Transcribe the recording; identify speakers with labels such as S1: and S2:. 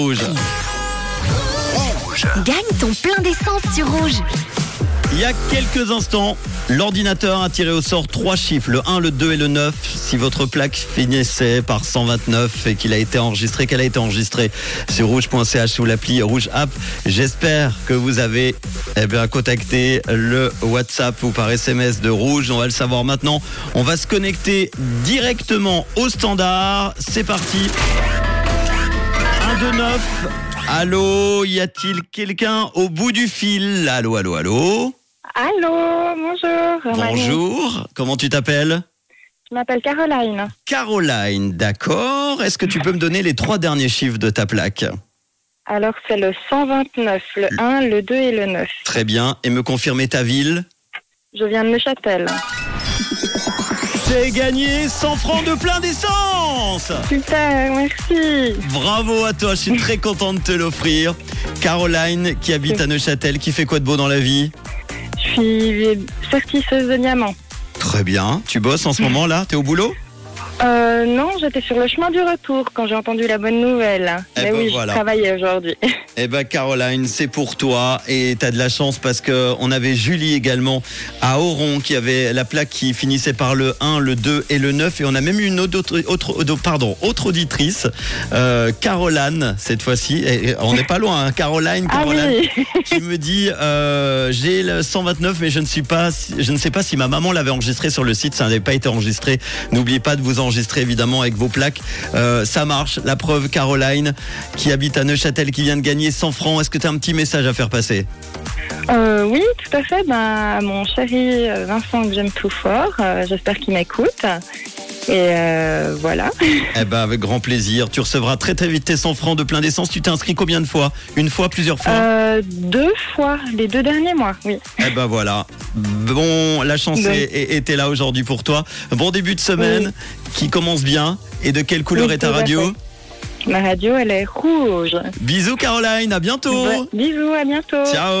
S1: Rouge.
S2: Gagne ton plein d'essence sur rouge.
S1: Il y a quelques instants, l'ordinateur a tiré au sort trois chiffres, le 1, le 2 et le 9. Si votre plaque finissait par 129 et qu'il a été enregistré, qu'elle a été enregistrée sur rouge.ch ou l'appli Rouge App, j'espère que vous avez eh bien, contacté le WhatsApp ou par SMS de Rouge. On va le savoir maintenant. On va se connecter directement au standard. C'est parti. 1, 2, 9. Allô, y a-t-il quelqu'un au bout du fil Allô, allô, allô
S3: Allô, bonjour. Marie.
S1: Bonjour, comment tu t'appelles
S3: Je m'appelle Caroline.
S1: Caroline, d'accord. Est-ce que tu peux me donner les trois derniers chiffres de ta plaque
S3: Alors, c'est le 129, le 1, le 2 et le 9.
S1: Très bien. Et me confirmer ta ville
S3: Je viens de Neuchâtel.
S1: J'ai gagné 100 francs de plein d'essence
S3: Super, merci.
S1: Bravo à toi, je suis très content de te l'offrir. Caroline, qui habite à Neuchâtel, qui fait quoi de beau dans la vie
S3: Je suis certisseuse de diamants.
S1: Très bien. Tu bosses en ce moment là T'es au boulot
S3: Euh, non, j'étais sur le chemin du retour quand j'ai entendu la bonne nouvelle.
S1: Eh
S3: Mais
S1: ben
S3: oui,
S1: voilà.
S3: je travaillais aujourd'hui.
S1: Eh ben Caroline, c'est pour toi et t'as de la chance parce que on avait Julie également à Oron qui avait la plaque qui finissait par le 1, le 2 et le 9 et on a même eu une autre, autre, autre- pardon, autre auditrice, euh, Caroline cette fois-ci. Et- et on n'est pas loin, hein, Caroline,
S3: Ah
S1: Caroline
S3: oui,
S1: qui me dit euh, j'ai le 129 mais je ne suis pas je ne sais pas si ma maman l'avait enregistré sur le site ça n'avait pas été enregistré n'oubliez pas de vous enregistrer évidemment avec vos plaques Euh, ça marche la preuve Caroline qui habite à Neuchâtel qui vient de gagner 100 francs est-ce que tu as un petit message à faire passer
S3: Euh, oui, tout à fait. Ben, à mon chéri euh, Vincent que j'aime tout fort. euh, J'espère qu'il m'écoute. Et euh, voilà.
S1: eh ben avec grand plaisir tu recevras très très vite tes 100 francs de plein d'essence tu t'es inscrit combien de fois une fois plusieurs fois
S3: Euh, deux fois, les deux derniers mois, oui.
S1: Eh ben voilà. Bon, la chance
S3: Bon.
S1: est- est- était là aujourd'hui pour toi. Bon début de semaine qui commence bien. Et de quelle couleur
S3: Oui,
S1: est ta
S3: tout à
S1: radio
S3: Ma radio, elle est rouge.
S1: Bisous Caroline, à bientôt.
S3: Ouais. Bisous, à bientôt.
S1: Ciao.